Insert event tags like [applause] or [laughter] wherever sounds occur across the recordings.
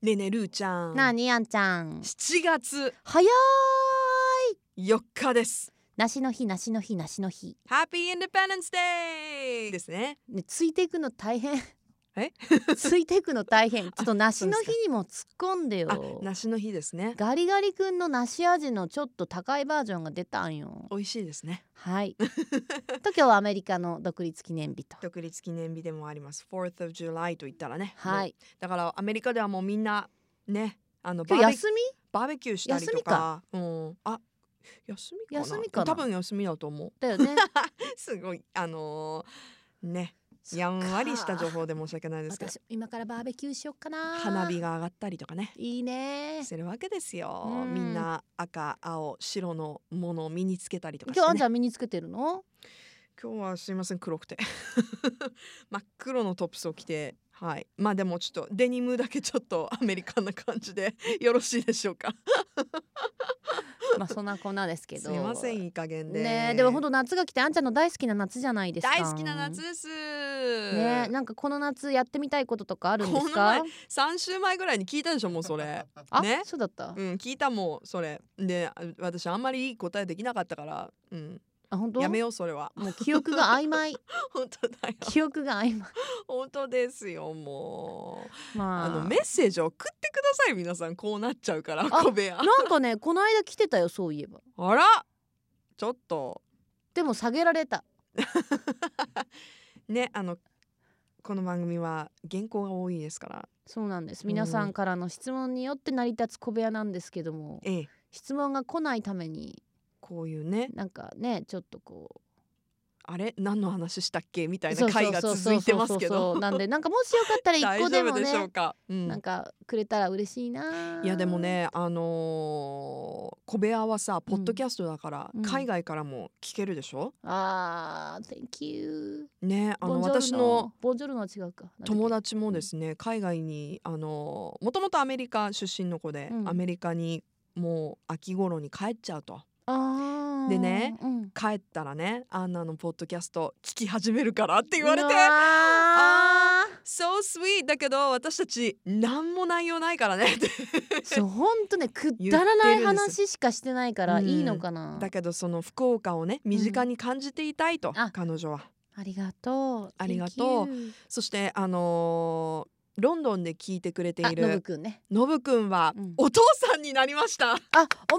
ねえねえるーちゃんなあにあんちゃん7月早い4日です梨の日梨の日梨の日ハッピーインディペンデンスデーですねねついていくの大変え [laughs] ついていくの大変ちょっと梨のそう日ですにも突っ込んであよ、梨の日ですねガリガリ君の梨味のちょっと高いバージョンが出たんよ美味しいですねはい [laughs] と今日はアメリカの独立記念日と独立記念日でもあります 4th of July と言ったらねはもいうだからアメリカではもうみんなねあのバ今ー日ベ休みバーベキューしたりとかうんあ休みかな休みかな多分休みだと思うだよねすごいあのーね [laughs] やんわりした情報で申し訳ないですけど私今からバーベキューしよっかな花火が上がったりとかねいいねしてるわけですよ、うんみんな赤青白のものを身につけたりとかし今て、日ね、あんちゃん身につけてるの今日はすいません黒くて [laughs] 真っ黒のトップスを着てはいまあでもちょっとデニムだけちょっとアメリカンな感じ [laughs] でよろしいでしょうかまあそんなこんなですけどすいませんいい加減でねえでも本当夏が来てあんちゃんの大好きな夏じゃないですか大好きな夏ですねえなんかこの夏やってみたいこととかあるんですこのか3週前ぐらいに聞いたでしょもうそれあ、ねそうだったうん聞いたもうそれであ私あんまりいい答えできなかったからうんあ本当やめようそれは [laughs] もう記憶が曖昧本当だよ記憶が曖昧本当ですよもうまああのメッセージ送ってください皆さんこうなっちゃうから小部屋なんかねこの間来てたよそういえばあらちょっとでも下げられたねあのこの番組は原稿が多いですからそうなんです皆さんからの質問によって成り立つ小部屋なんですけどもええ質問が来ないためにこういうねなんかねちょっとこうあれ何の話したっけみたいな回が続いてますけそうそうそうそうそうどなんでなんかもしよかったら [laughs] 一 [laughs] 大丈個で夫もでしょねうか、うなんん、かくれたら嬉しいないいやでもねあのー小部屋はさポッドキャストだから、うん海外からも聞けるでしょあー Thank you ねあのボンジョル私ノのボンジョルノは違うかなんだっけ友達もですね、海外にあのもともとアメリカ出身の子で、うんアメリカにもう秋頃に帰っちゃうとあーでねうん帰ったらねアンナのポッドキャスト聞き始めるからって言われてうわー So sweet だけど私たち何も内容ないからねってそう本当ねくだらな言っいてるんで話しかしてないからうんいいのかな、 [laughs] だけどその福岡をね身近に感じていたいと、あ彼女はありがとうありがとう Thank you そしてあのーロンドンで聞いてくれてあいノブるくんねノブくんは、うんお父さんになりましたあおめでおめでとう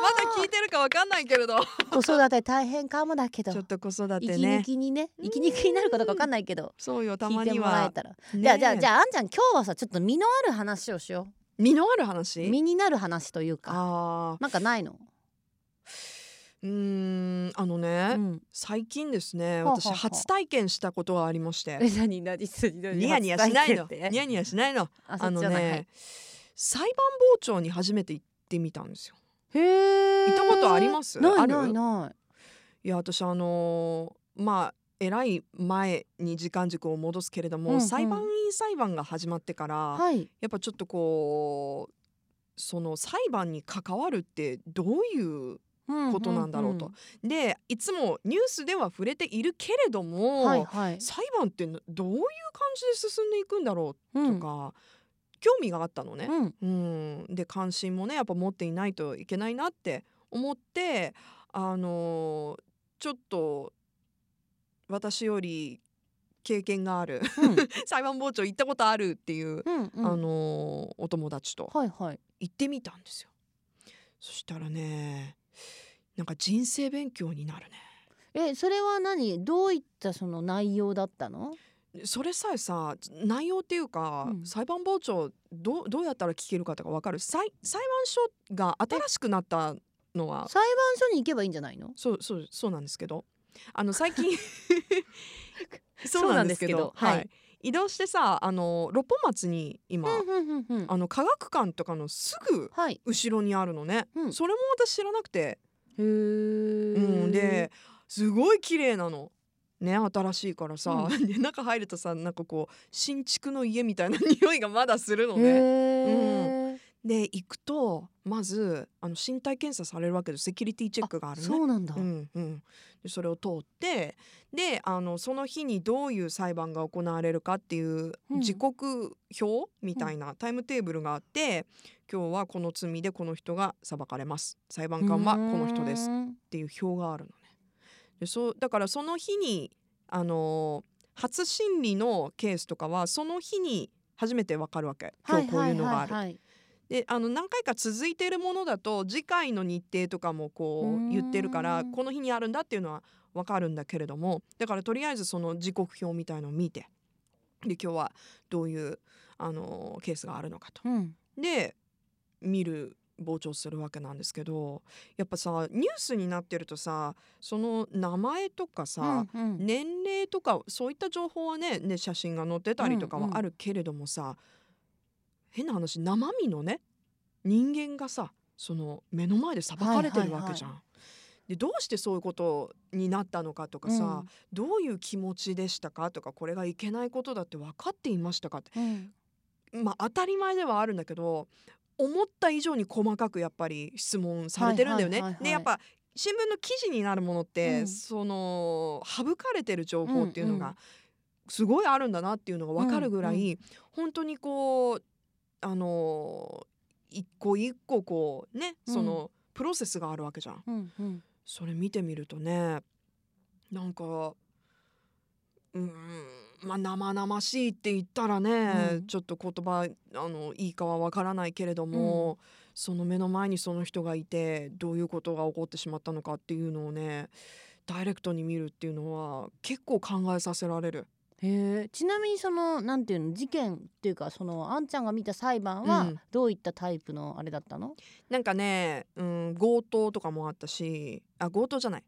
まだ聞いてるかわかんないけれどとう子育て大変かもだけどちょっと子育て息抜ねきにねうん息抜きになることかわかんないけどそうよた聞まいてにもらえはたら、ねじゃあじゃあじゃああんちゃん今日はさちょっと身のある話をしよ身のあるう話身になる話というかあーなんかないの、うーんあのね、うん、最近ですねほうほう私ほう初体験したことがありましてえ何何何 [laughs] 何ニヤニヤしないの初体験っ [laughs] てニヤニヤしないのああのそっちじゃないはねい裁判傍聴に初めて行ってみたんですよへえ行ったことありますなあるいないないいや私あのーまあえらい前に時間軸を戻すけれども、うんうん裁判員裁判が始まってから、はいやっぱちょっとこうその裁判に関わるってどういうことなんだろうと。でいつもニュースでは触れているけれどうんも、うんうんはいはい裁判ってなどういう感じで進んでいくんだろううんとか、興味があったのね。うんうん、で関心もねやっぱ持っていないといけないなって思ってあのーちょっと私より経験がある [laughs] 裁判傍聴行ったことあるっていううんうんあのーお友達とはいはい行ってみたんですよそしたらねなんか人生勉強になるえそれは何どういったその内容だったのねそれさえさ内容っていうか、うん裁判傍聴どうどうやったら聞けるかとか分かる裁裁判所が新しくなったのは裁判所に行けばいいんじゃないのそうそうそうなんですけどあ [laughs] の最近そうなんですけどそうなんですけどはいはい、移動してさあの六本松に今、うんうんうんうんあの科学館とかのすぐはい後ろにあるのね、うんそれも私知らなくてへえうん、ですごい綺麗なの。ね、新しいからさ、 [laughs] で中入るとさなんかこう新築の家みたいな匂いがまだするのね。へえで行くとまずあの身体検査されるわけでセキュリティチェックがあるね。そうなんだ、うんうん、でそれを通ってであのその日にどういう裁判が行われるかっていううん時刻表みたいなタイムテーブルがあって、今日はこの罪でこの人が裁かれます裁判官はこの人ですっうーんていう表があるのね。でそうだからその日にあの初審理のケースとかはその日に初めてわかるわけ今日こういうのがあるははいはいはいであの何回か続いてるものだと次回の日程とかもうこーうん言ってるからこの日にあるんだっていうのは分かるんだけれどもだからとりあえずその時刻表みたいのを見てで今日はどういうあのケースがあるのかと。うんで見る傍聴するわけなんですけどやっぱさニュースになってるとさその名前とかさ、うんうん年齢とかそういった情報はねね写真が載ってたりとかうんうはんあるけれどもさ、変な話生身のね人間がさその目の前で裁かれてるわけじゃん。でどうしてそういうことになったのかとかさ、どういう気持ちでしたかとかこれがいけないことだって分かっていましたかってうんうんまあ当たり前ではあるんだけど思った以上に細かくやっぱり質問されてるんだよね。はいはいはいはいでやっぱ新聞の記事になるものって、うんその省かれてる情報っていうのがすごいあるんだなっていうのが分かるぐらい、うんう本当にこうあの一個一個こうねその、プロセスがあるわけじゃん。うんうんそれ見てみるとねなんかうーんまあ生々しいって言ったらね、うんちょっと言葉あのいいかはわからないけれども、その目の前にその人がいてどういうことが起こってしまったのかっていうのをねダイレクトに見るっていうのは結構考えさせられる。へえちなみにそのなんていうの事件っていうかそのあんちゃんが見た裁判うはんどういったタイプのあれだったの、なんかね、うん、強盗とかもあったしあ強盗じゃない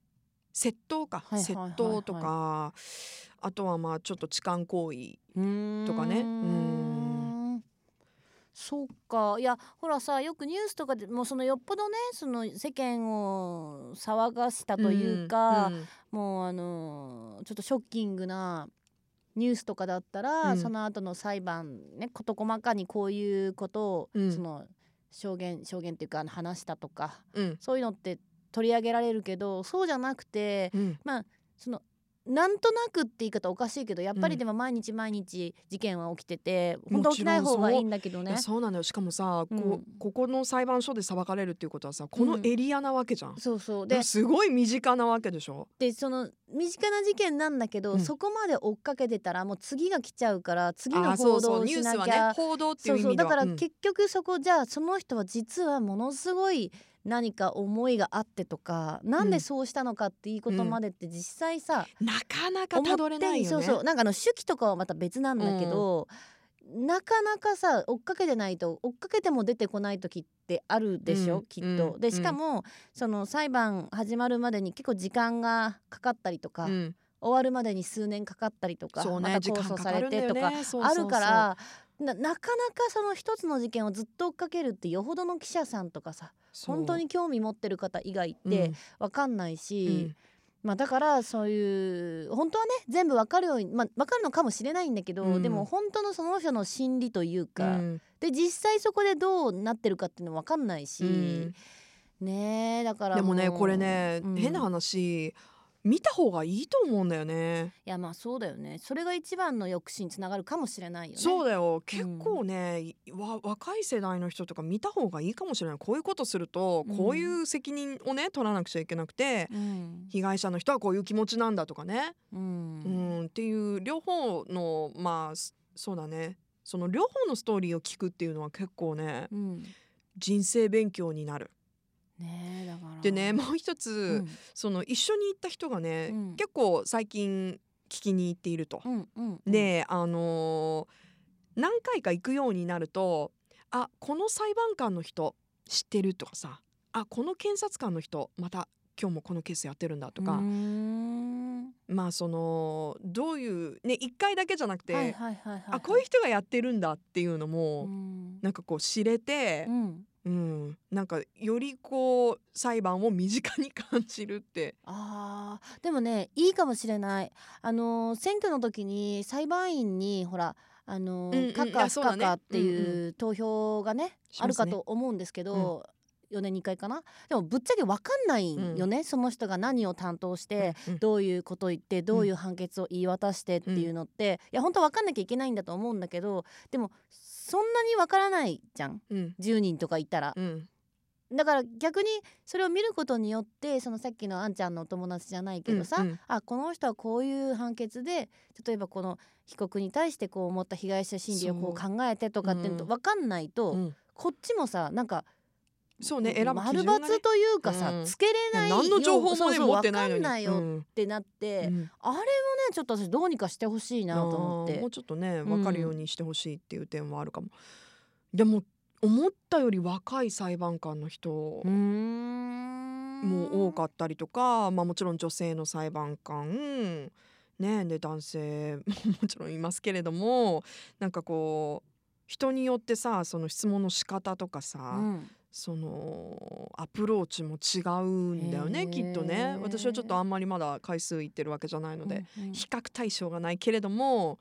窃盗か、はいはいはいはい窃盗とかあとはまあちょっと痴漢行為とかねうーんそっかいやほらさよくニュースとかでもうそのよっぽどねその世間を騒がしたというか、んんもうあのーちょっとショッキングなニュースとかだったうら、んその後の裁判ね事細かにこういうことを、うんその証言証言っていうかあの話したとかうんそういうのって取り上げられるけどそうじゃなくてうんそのなんとなくって言い方おかしいけどやっぱうりんでも毎日毎日事件は起きてて、もちろん本当は起きない方がいいんだけどいねやそそうなのよしかもさ、こうんここの裁判所で裁かれるっていうことはさこのエリアなわけじゃん、うそうだかでらすごい身近なわけでしょでその身近な事件なんだけど、うんそこまで追っかけてたらもう次が来ちゃうから次あのーそ報う道そうをニュしースなはきねゃ報道っていそうう意そう味でだはからうん結局そこじゃあその人は実はものすごい何か思いがあってとかなんでそうしたのかっていうことまでって実際さ、なかなかたどれないよねそうそうなんかあの手記とかはまた別なんだけど、なかなかさ追っかけてないと追っかけても出てこない時ってあるでしょ、うんきっと。うんでしかも、その裁判始まるまでに結構時間がかかったりとか、うん終わるまでに数年かかったりとかそうねまた時控間訴かかさるれんだよてねとそかうそうそうあるからななかなかその一つの事件をずっと追っかけるってよほどの記者さんとかさそう本当に興味持ってる方以外ってわかんないし。うんうんまあだからそういう本当はね全部わかるように、まあ、わかるのかもしれないんだけど、うんでも本当のその人の心理というか、うんで実際そこでどうなってるかっていうのわかんないし、うんねえだからでもねうこれね、うん変ない話見た方がいいと思うんだよねやまあそうだよねそれが一番の抑止につながるかもしれないよね。そううだよ結構ね、わ若い世代の人とか見た方がいいかもしれないこういうことするとうんこういう責任をね取らなくちゃいけなくて、ん被害者の人はこういう気持ちなんだとかね、ううんん、っていう両方のまあすそうだねその両方のストーリーを聞くっていうのは結構ねうん人生勉強になる。ねえだからでねもう一つ、うんその一緒に行った人がね、うん結構最近聞きに行っていると。うんうんうん、であのー何回か行くようになるとあこの裁判官の人知ってるとかさあこの検察官の人また今日もこのケースやってるんだとか、うーんまあそのどういうね1回だけじゃなくて、はいはいはいはい、あこういう人がやってるんだっていうのも、うんなんかこう知れてう、んうんなんかよりこう裁判を身近に感じるって。あーでもねいいかもしれないあのー選挙の時に裁判員にほらあの、うんうん可いかや不そうだ可ねかってうんいう投票がね、しますねあるかと思うんですけど、4年に1回かなでもぶっちゃけ分かんないんよね、その人が何を担当して、うんどういうことを言ってどういう判決を言い渡してっていうのって、いや本当分かんなきゃいけないんだと思うんだけどでもそんなに分からないじゃんうん10人とかいたらう。んだから逆にそれを見ることによってそのさっきのあんちゃんのお友達じゃないけどさ、うんうんあこの人はこういう判決で例えばこの被告に対してこう思った被害者心理をこうそ考えてとかっていうのとうん分かんないと、うんこっちもさなんかそうね選ぶ基丸準がね抜というかさ、うんつけれないよ何の情報もそうねそう持ってないのに分かんないようっんてなって、うんあれもねちょっと私どうにかしてほしいなと思っあーてもうちょっとねん分かるようにしてほしいっていう点はあるかも、でも思ったより若い裁判官の人うーんも多かったりとか、まあ、もちろん女性の裁判官、ね、で男性 [laughs] ももちろんいますけれどもなんかこう人によってさその質問の仕方とかさ、うんそのアプローチも違うんだよへねーきっとね私はちょっとあんまりまだ回数いってるわけじゃないので、うんうん比較対象がないけれども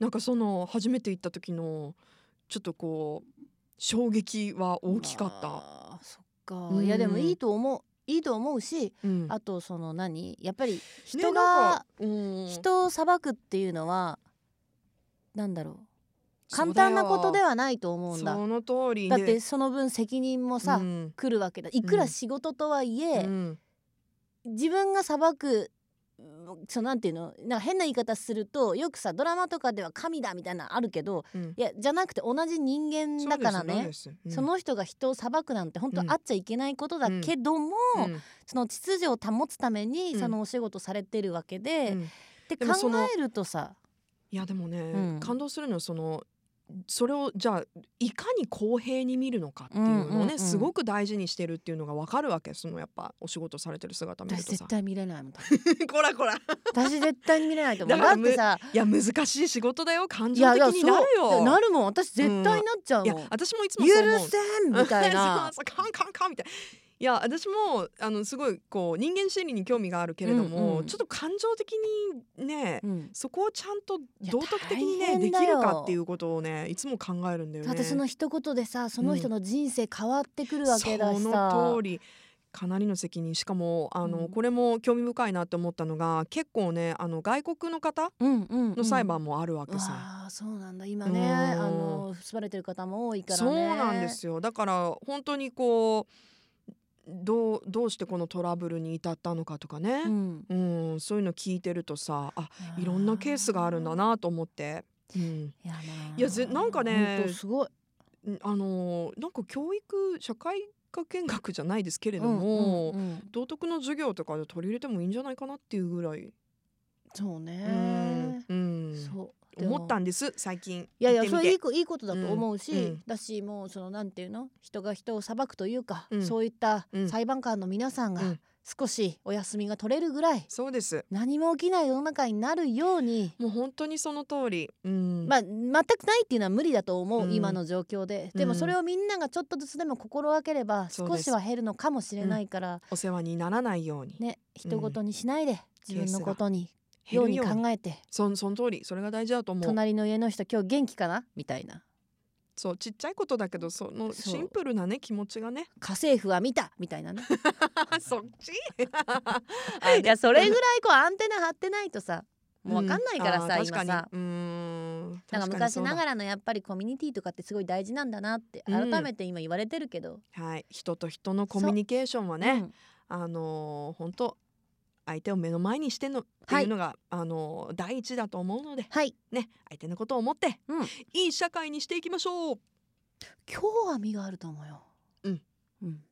なんかその初めて行った時のちょっとこう衝撃は大きかった。あーそっか、うんいやでもいいと思ういいと思うし、うんあとその何やっぱりねな人んがか、うん人を裁くっていうのはなんだろうそう簡だよ単なことではないと思うんだその通りだっでてその分責任もさ、うん来るわけだいくうらん仕事とはいえ、うん自分が裁くうんそのなんていうのなんか変な言い方するとよくさドラマとかでは神だみたいなのあるけどうんいやじゃなくて同じ人間だからねそうそですの人が人を裁くなんて本当うんあっちゃいけないことだけども、そうですその秩序を保つためにうんそのお仕事されてるわけで、うんうっんてで考もそのえるとさいやでもね、うん感動するのはそのそれをじゃあいかに公平に見るのかっていうのをね、うんうんうんすごく大事にしてるっていうのがわかるわけそのやっぱお仕事されてる姿見る私とさ絶対見れないもん [laughs] こらこらい私絶対に見れない [laughs] と思うだかだらってさや難しい仕事だよ感情的になるよそうなるもん私絶対なっちゃういもん、や私もいつ許も [laughs] そう思うのせんみたい [laughs] なそうそうカンカンカンみたいないや私もあのすごいこう人間心理に興味があるけれども、うんうんちょっと感情的にね、うんそこをちゃんといや道徳的にねで大変だきよるかっていうことをねいつも考えるんだよね。だってその一言でさその人の人生変わってくるわけだしそさ、の通りかなりの責任しかもあの、うんこれも興味深いなと思ったのが結構ねあの外国の方うんうんうんの裁判もあるわうけさ。わあそうなんだ今ね、うんあの結ばれてる方も多いからねそうなんですよだから本当にこうどうどうしてこのトラブルに至ったのかとかね、うんうん、そういうの聞いてるとさあいろんなケースがあるんだなと思って、うん、いやいやぜなんかねほとすごいあのーなんか教育社会科見学じゃないですけれども、うんうんうん道徳の授業とかで取り入れてもいいんじゃないかなっていうぐらい、そうね、うんうんそう思ったでもんです最近。いやいや行そってみてれいいこいいことだと思うし、うんうんだしもうそのなんていうの人が人を裁くというか、うんそういったうん裁判官の皆さんがうん少しお休みが取れるぐらいそうです何も起きない世の中になるように、もう本当にその通り、うんまあ全くないっていうのは無理だと思う、うん今の状況でうんでもそれをみんながちょっとずつでも心がければそうで少すしは減るのかもしれないから、お世話にならないように、ね人ごとにしないで、自分のことに減ようるにように考えてそんその通りそれが大事だと思う隣の家の人今日元気かなみたいなそうちっちゃいことだけどそのそうシンプルなね気持ちが [laughs] ね家政婦は見たみた [laughs] いなねそっ [laughs] ちいやそれぐらいこうアンテナ張ってないとさもう分かんないからさ、うんあー確今かさにうーんなんか昔ながららのやっぱりコミュニティとかってすごい大事なんだなってう改んめて今言われてるけど、はい人と人のコミュニケーションはね、うんあのー本当相手を目の前にしてのっていうのが、あのー第一だと思うのではいね相手のことを思って、うんいい社会にしていきましょう今日は実があると思うようん、うん